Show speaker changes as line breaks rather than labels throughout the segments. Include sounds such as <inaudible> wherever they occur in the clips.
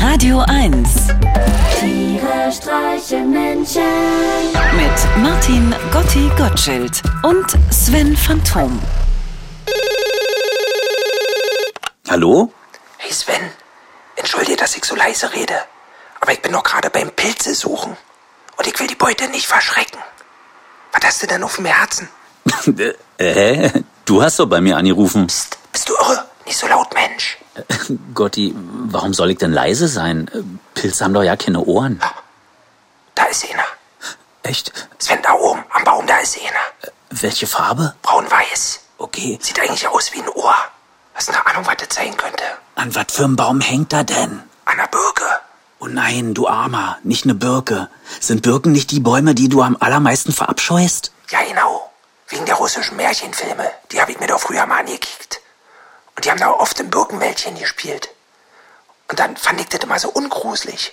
Radio 1
Tiere streichen Menschen.
mit Martin Gotti Gottschild und Sven Phantom.
Hallo?
Hey Sven, entschuldige, dass ich so leise rede, aber ich bin doch gerade beim Pilze suchen und ich will die Beute nicht verschrecken. Was hast du denn auf dem Herzen?
Äh, hä? Du hast doch bei mir angerufen.
Psst, bist du irre? Nicht so laut, Mensch.
Gotti, warum soll ich denn leise sein? Äh, Pilze haben doch ja keine Ohren.
Da ist einer.
Echt?
Sven, da oben, am Baum, da ist einer.
Welche Farbe?
Braun-weiß.
Okay.
Sieht eigentlich aus wie ein Ohr. Hast du eine Ahnung, was das sein könnte?
An was für einem Baum hängt er denn?
An der Birke.
Oh nein, du Armer, nicht eine Birke. Sind Birken nicht die Bäume, die du am allermeisten verabscheust?
Ja, genau. Wegen der russischen Märchenfilme. Die habe ich mir doch früher mal angekickt. Und die haben da oft im Birkenwäldchen gespielt. Und dann fand ich das immer so ungruselig.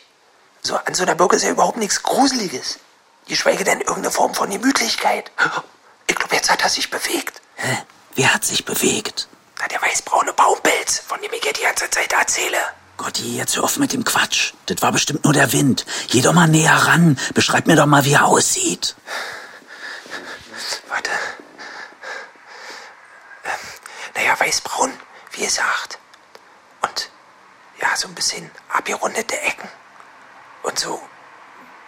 So, an so einer Birke ist ja überhaupt nichts Gruseliges. Geschweige denn irgendeine Form von Gemütlichkeit. <gasps> Ich glaube, jetzt hat er sich bewegt.
Hä? Wer hat sich bewegt?
Na, der weißbraune Baumpilz, von dem ich dir die ganze Zeit erzähle.
Gotti, jetzt hör auf mit dem Quatsch. Das war bestimmt nur der Wind. Geh doch mal näher ran. Beschreib mir doch mal, wie er aussieht.
Warte. Ähm, naja, weißbraun, wie gesagt. Und ja, so ein bisschen abgerundete Ecken. Und so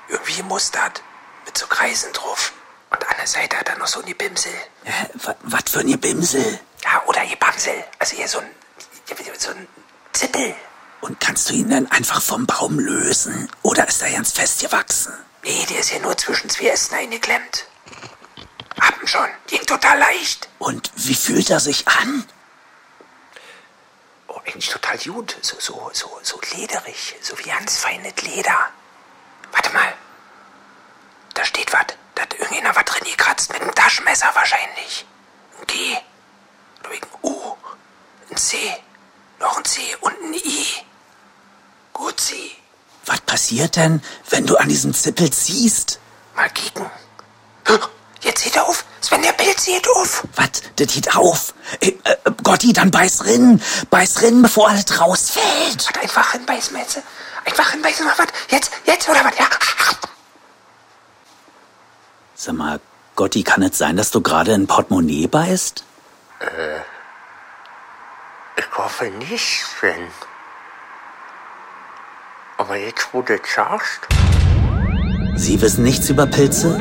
irgendwie mustert mit so Kreisen drauf. Und an der Seite hat er noch so eine Bimsel.
Hä? Was für ein Gebimsel?
Ja, oder eine Bamsel. Also eher so ein, so ein Zippel.
Und kannst du ihn dann einfach vom Baum lösen? Oder ist er ganz festgewachsen?
Nee, der ist hier nur zwischen zwei Ästen eingeklemmt. Haben schon. Ging total leicht.
Und wie fühlt er sich an?
Oh, eigentlich total gut. So, so, so, so lederig. So wie ganz feines Leder. Warte mal. Da steht was. Da hat irgendjemand was drin gekratzt. Mit einem Taschenmesser wahrscheinlich. Ein G. Oder ein U. Ein C. Noch ein C und ein I. Gutzi.
Was passiert denn, wenn du an diesem Zippel ziehst?
Mal kicken. Jetzt sieht er auf. Sven, der Pilz sieht auf.
Was? Das geht auf. Äh, äh, Gotti, dann beiß rin. Beiß rin, bevor alles rausfällt.
Hat einfach hinbeißen, Metze. Einfach hinbeißen, mach was. Jetzt, jetzt oder was? Ja.
Sag mal, Gotti, kann es sein, dass du gerade ein Portemonnaie beißt?
Ich hoffe nicht, Sven. Aber jetzt, wo du das sagst,
Sie wissen nichts über Pilze?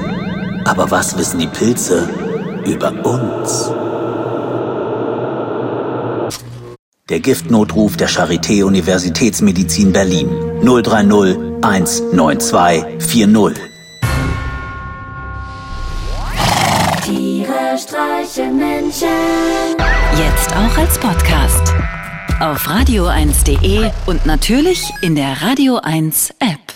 Aber was wissen die Pilze über uns? Der Giftnotruf der Charité Universitätsmedizin Berlin 030 192 40.
Tiere streichen Menschen.
Jetzt auch als Podcast. Auf radio1.de und natürlich in der Radio 1 App.